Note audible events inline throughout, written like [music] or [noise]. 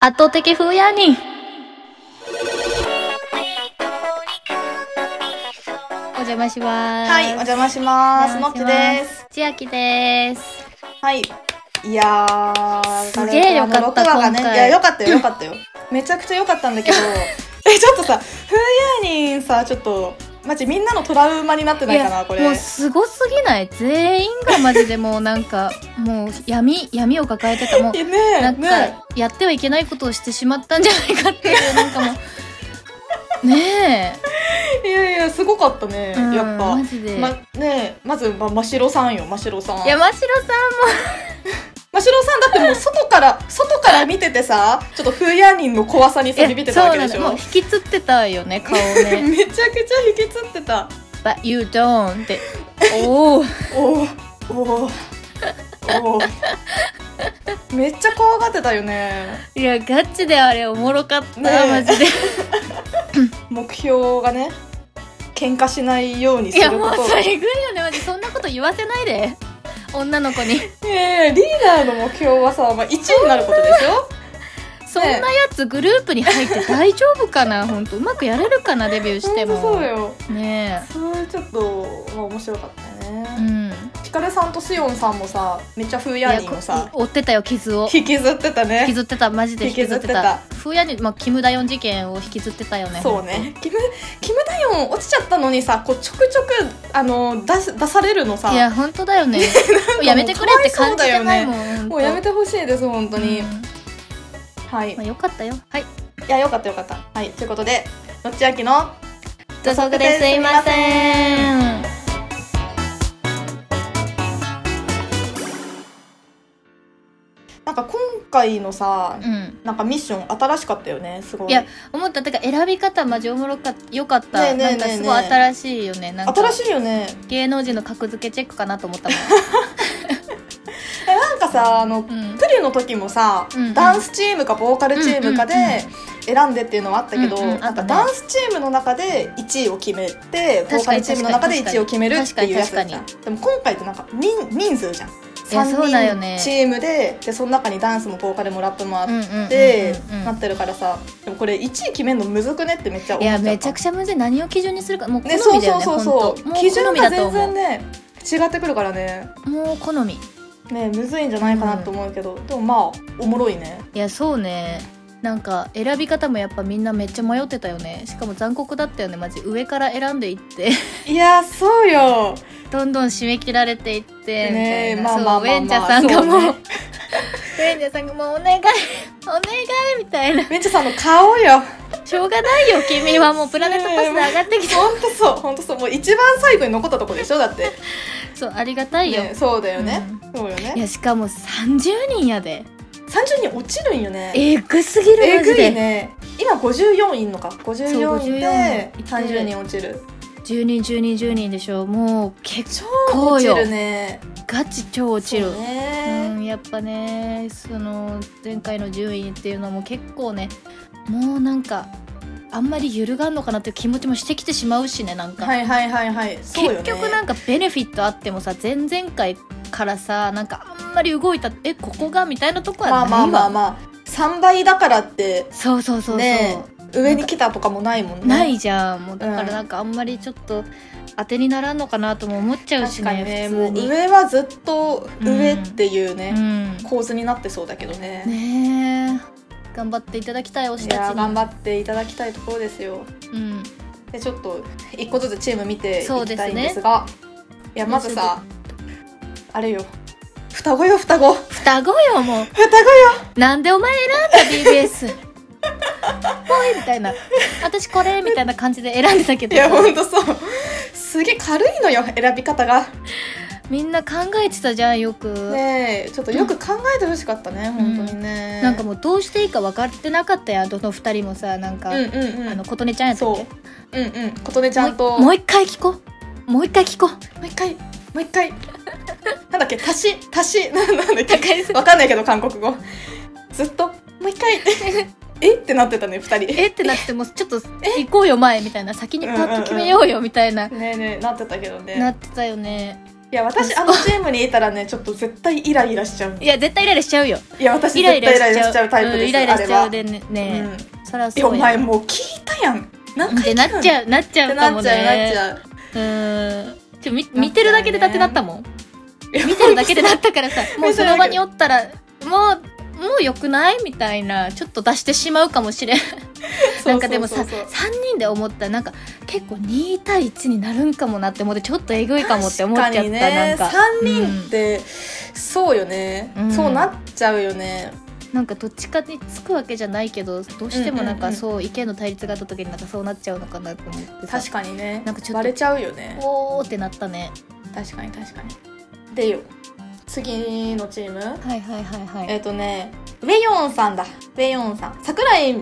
圧倒的風やにん。お邪魔します。はい、お邪魔します。のっちです。。千秋です。はい。いやー、すげえよかったあの6話がね、い今回や、よかったよ、よかったよ。めちゃくちゃよかったんだ [laughs] けど、え、ちょっとさ、ふうやにんさ、ちょっと、マジみんなのトラウマになってないかな、これ。もうすごすぎない全員がマジでもうなんかもう闇闇を抱えてたもうえねなんねえかやってはいけないことをしてしまったんじゃないかっていうなんかもうねいやいや、すごかったねえ、うん、やっぱ。マジで、ま、ねえまず、ま、真白さんよ、真白さん。山城さ真白さんだってもう外から、外から見ててさ、ちょっとふうやにんの怖さにさんびびってたわそうけなでしのもうょ引。きつってたよね顔ね [laughs] めちゃくちゃ引きつってた。 「But you don't」っておおおーおーおーめっちゃ怖がってたよねいやガチであれおもろかった、ねえマジで目標がね喧嘩しないようにいすやるこもうとそれぐらいよねマジそんなこと言わせないで女の子にねえリーダーの目標はさ、まあ、1位になることですよそんなやつグループに入って大丈夫かな本当うまくやれるかなデビューしてもほんとそうよねそれちょっと、まあ、面白かったよえうね、んヒカルさんとスヨンさんもさめっちゃ風いやりのさこ追ってたよ傷を引きずってたね引きずってたマジで引きずってた引きずってふうやに、まあ、キムダヨン事件を引きずってたよねそうねキムキム・ダヨン落ちちゃったのにさこうちょくちょくあの出す出されるのさいや本当だ [laughs] よねやめてくれって感じじゃないもんほんともうやめてほしいです本当に、うんまはいあ、よかったよはいいや、よかったよかった。はい、ということで、のっちあきの、土足ですいませんなんか今回のさ、うんなんかミッション新しかったよね、すごい。いや思っただから選び方マジおもろかったよかった、ねえねえねえなんかすごい新しいよねなんか新しいよね。芸能人の格付けチェックかなと思ったもえ、なんかさ、あの、プ [laughs] ん、うん、リュの時もさ、うんうんダンスチームかボーカルチームかでうんうんうん選んでっていうのはあったけど、うんうんあなっんたかねダンスチームの中で1位を決めて、ボーカルチームの中で1位を決めるっていうやつだっ確かに確かに確かに確かに確たでも今回ってなんか人人数じゃん。いやそうだよ3ね人チームででその中にダンスもボーカルもラップもあっうんうんうんうんて、うんなってるからさでもこれ1位決めるのむずくねってめっちゃ思いっちゃやっためちゃくちゃむずい何を基準にするかもう好ね、そみうだよそうねそう本そう当もう基準好みだとが全思然うね違ってくるからねもう好みねむずいんじゃないかなと思うけど、でもまあおもろいねいやそうねなんか選び方もやっぱみんなめっちゃ迷ってたよねしかも残酷だったよねマジ上から選んでいっていやーそうよどんどん締め切られていってみたねいなまあそうまあまあまあウェンジャさんがもうそうねウェンジャさんがもうお願いお願いみたいなめっちゃさんの顔よしょうがないよ君はもうプラネットパスで上がって [laughs] きたほんとそうほんとそうもう一番最後に残ったとこでしょだって、そうありがたいよ、ね、そうだよね、そうよいねやしかも30人やで30人落ちるんよねえぐすぎるマジぐで、いね今54いんのかそう54い54て30人落ちる10人10人10人でしょもう結超構落よちるねガチ超落ちるそううねんやっぱねその前回の順位っていうのも結構ねもうなんかあんまり揺るがんのかなっていう気持ちもしてきてしまうしねなんか、はいはいはいはいそうよね結局なんかベネフィットあってもさ前々回からさなんかあんまり動いたえここがみたいなとこはないまわあ、まあまあまあ3倍だからってそうそうそうそう、ね上に来たとかもないもんねないじゃんもうだからうんなんかあんまりちょっと当てにならんのかなとも思っちゃうし確かにねねも普う通に上はずっと上っていううね、ん構図になってそうだけどねねえ頑張っていただきたい推したいちやーに頑張っていただきたいところですようんでちょっと一個ずつチーム見ていそうできすたねいんですがいやまずさあれよ双子よ双子双双子よもう子よなんでお前選んだ [laughs] BBS ほいみたいな私これみたいな感じで選んでたけいどやほんとそうすげえ軽いのよ選び方がみんな考えてたじゃんよく、ねえちょっとよく考えてほしかったね、ん本当にねなんかもうどうしていいか分かってなかったやんどの二人もさなんか、うんうんうんあの琴音ちゃんやったっそけう。うんうん。琴音ちゃんと。もうもう一回聞こうもう一回聞こうもう一回。もう一回。 [laughs] なんだっけ足し、足し、 [laughs] ななんだっ高いけわかんないけど、韓国語。ずっと、もう [laughs] 一回。えってなってたね、二人。ねえってなってもうちょっと行こうよ前みたいな先にパッと決めようよみたいな、えねえ、なってたけどね。なってたよねいや私あのチームにいたらねちょっと絶対イライラしちゃういや絶対イライラしちゃうよいや私イラ絶対イイラライしラしちちゃゃううタイプです、うんイライラしちゃうでねあれは、うんね、そりゃいやそおうや前もう聞いたやん何っ回て聞くなっちうゃうなっちゃってうかなもっちゃうねなっちゃうーんちょみ見てるだけでだってなったもんういや見てるだけでなったから [laughs] さもう見てそるだのけで場におったらもうもう良くないみたいなちょっと出してしまうかも [laughs] しれんなんかでもさそうそうそうそう3人で思ったらなんか結構2対1になるんかもなって思ってちょっとえぐいかもって思っちゃった、確かになねんか3人って、そうよね、うんそうなっちゃうよねなんかどっちかにつくわけじゃないけどどうしてもなんうんかうんうんそう、意見の対立があった時になんかそうなっちゃうのかなと思ってさ確かにねなんかちょっとバレちゃうよねおーってなったね確かに確かにでよ次のチーム、はいはいはいはえいっ、とねウェヨンさんだウェヨンさん桜井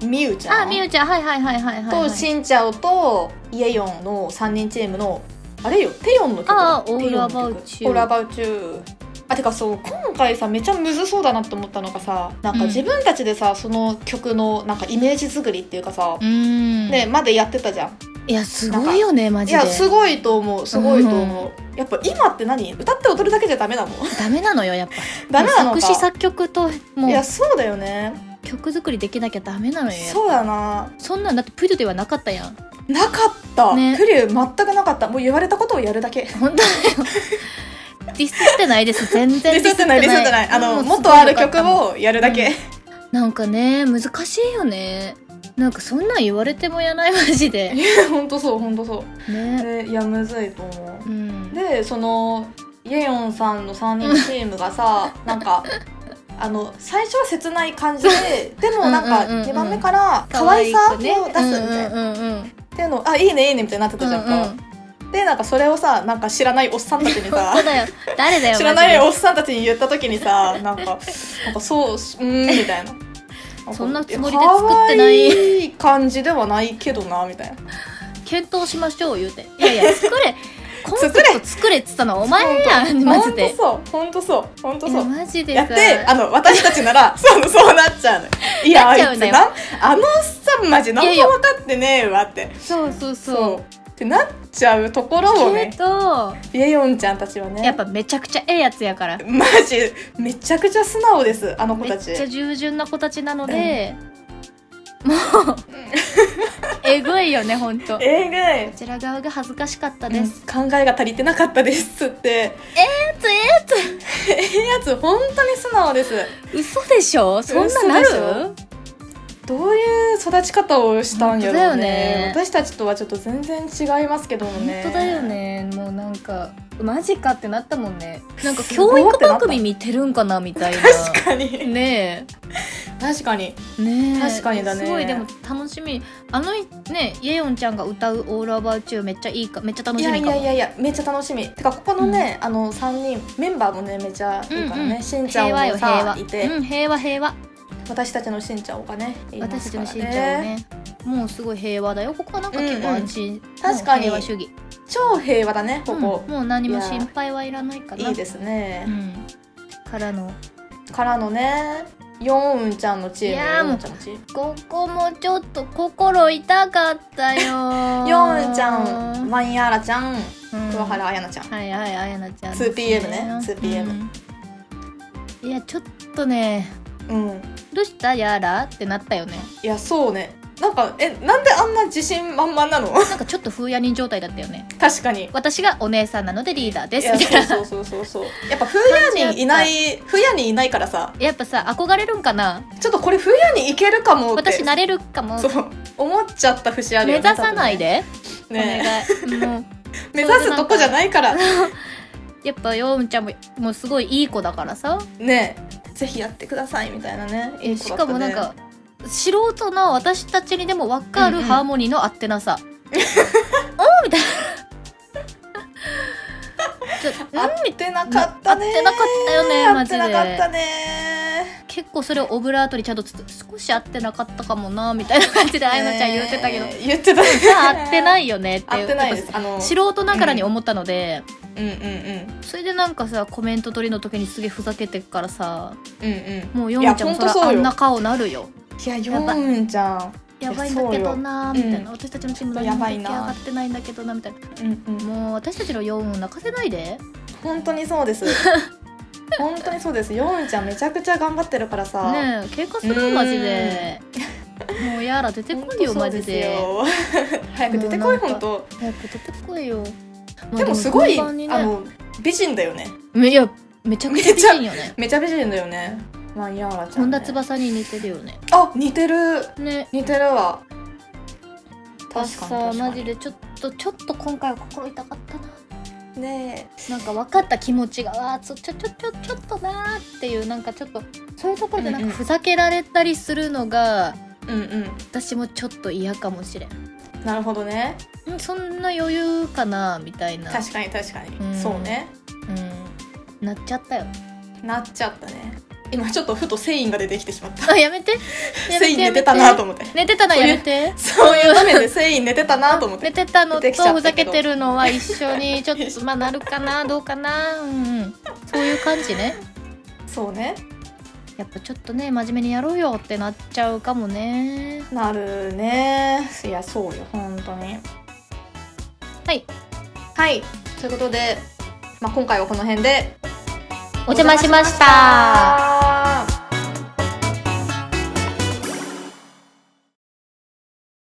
美羽ちゃんあみゆちゃんはいはいはいはいはい、はい、とシンチャオとイエヨンの3人チームのあれよテヨンの曲あーテヨンの曲 All About You オールアバウチューあてかそう今回さめちゃむずそうだなって思ったのがさなんうかん自分たちでさ、その曲のなんかイメージ作りっていうかさう、ーんねまでやってたじゃんいやすごいよねマいジでやすごいと思うすごいと思う、やっぱ今って何歌って踊るだけじゃダメなのダメなのよやっぱダメなのもかう作詞作曲ともいうやそうだよね曲作りできなきゃダメなのよやっぱそうだなそんなんだってプリュではなかったやんなかった、ねクリュー全くなかったもう言われたことをやるだけ [laughs] 本当だよディスってないです全然リスってないリスってないあの、うんもっとある曲すごいよかっをやるだけ、たなんかね難しいよねなんかそんなん言われてもやないマジ [laughs] でほんとそうほんとそねうでいやむずいと思うんうでそのイェヨンさんの3人チーム [laughs] がさなんかあの最初は切ない感じ [laughs] ででもなんうんかうんうんうん2番目から可可愛愛いさ子を出すみねたいな、うんうんうんうんっていうのあいいねいいねみたいになってたじゃうんんうか、んでなんかそれをさなんか知らないおっさんたちにさ [laughs] そうだよ誰だよ知らないマおっさんたちに言った時にさなんかなんかそううーんみたいな。 [laughs] そんなつもりで作ってないや可愛い感じではないけどなみたいなジで検討しましょう言うていやい [laughs] や作れコンセプト作れっつったのはお前やん [laughs] [laughs] マジでほんとそうほんとそうほんといそやうマジでやさってあの私たち [laughs] ならそうそうなっちゃうのよいやなっあいちゃうつんだよなんあのおっさんマジ何いやいやも分かってねえわってそうそうそうそうってなっちゃうところをねけどイエヨンちゃんたちはねやっぱめちゃくちゃええやつやからマジめちゃくちゃ素直ですあの子めたっちちゃ従順な子たちなので、もう [laughs] えぐいよねほんとこえぐいちら側が恥ずかしかったうでんす、考えが足りてなかったですってえっとえっええやつ本当に素直ですと嘘でしょそんなな嘘でしるょどういう育ち方をしたんや本当だろうよねね私たちとはちょっと全然違いますけども本ね当だよねもうなんかマジかってなったもんねなんかすご教いってなっ育た番組見てるんかなみたいな確かにね確かにえねえ確かにだねすごいでも楽しみあのねイエヨンちゃんが歌う「オールアバーチュー」めっちゃいいかめっちゃ楽いしみかやもいやいやいやめっちゃ楽しみてかここのね、あの3人メンバーもねめちゃいいからね、うんうんしんちゃん平和よも平さ和いて、うん平和平和私たちのしんちゃんがねいま私すたかちらのね信条ねもうすごい平和だよここはなんか結構安心、確かにもう平和主義超平和だねここうん、もう何も心配はいらないかないいですねう、ん、からのからのねヨンウンちゃんのチームいやーヨンウンちゃんのチームここもちょっと心痛かったよヨンウンちゃんワンヤーラちゃんうん桑原彩菜ちゃんはいはいあやなちゃん 2PM ね 2PM、うんいやちょっとねうんどうしたやらってなったよねいやそうねなんかえなんであんな自信満々なの [laughs] なんかちょっと風や人状態だったよね確かに私がお姉さんなのでリーダーでいすやみたいなそうそうそうそうそうやっぱ風ヤにいない風ヤにいないからさやっぱさ憧れるんかなちょっとこれ風ヤにいけるかもって私なれるかもそう思っちゃった節ある目よね指さないで、多分ねねお願いもう目指すとこじゃないからやっぱヨウムちゃんももうすごいいい子だからさねぜひやってくださいみたいなねいい子しだったかねもなんか素人の私たちにでも分かうんるうんハーモニーのあってな [laughs] さ、おーみたいなちょうん合みってなかったね合ってなかったよね合マっジでてなかったね結構それをオブラートにちゃんとつつ少し合ってなかったかもなみたいな感じであやなちゃん言ってたけど、ね言ってたじゃあ合ってないいよねってい合うってないでやっすあのぱ素人ながらに思ったので、うんうんうんそれでなんかさコメント取りの時にすげえふざけてっからさうんうんもうヨウムちゃんもいやそほんとらそうよあんな顔なるよいやヨンウンちゃんやばいんだけどなーみたいな、うん私たちのチームそう何もやば出い来上ながってないんだけどなみたいなうんうん、もう私たちの4運泣かせないで本当 [laughs] にそうです本当にそうですヨウンちゃんめちゃくちゃ頑張ってるからさ、ねえ喧嘩するよマジ [laughs] でもうやら出て本こ当いよそマうジすでよ [laughs] 早く出てこいもうなん本か当早く出てこいよでもすごい、まあでも順番にねあの美人だよねめいやめちゃくちゃ美人よねめちゃ美人だよねマニアーラちゃん、本ね、田翼に似てるよねあ似てるね似てるわ確確かかに確マかジでちょっとちょっと今回は心痛かったなにねなんか分かった気持ちがわあちょちょちょちょちょっとなーっていうなんかちょっとそういうところでなんうんかうんふざけられたりするのが、えうんう私もちょっと嫌かもしれんんなるほどねんそんな余裕かなみたいな確かに確かに、うんそうねうんなっちゃったよ [laughs] なっちゃったね今ちょっとふと繊維が出てきてしまったあや [laughs] めてやめ繊維てやめ寝ててたな [laughs] と思って寝てたなやめてそういう場面で繊維寝てたなと思っ [laughs] 寝ててたのと出てきちゃふっざたけけどてるのは一緒 [laughs] にちょっとまあなるかなどうかなうんうんそういう感じねそうねやっぱちょっとね真面目にやろうよってなっちゃうかもねなるねいやそうよ本当にはいはいということで、まあ、今回はこの辺でお邪魔しました。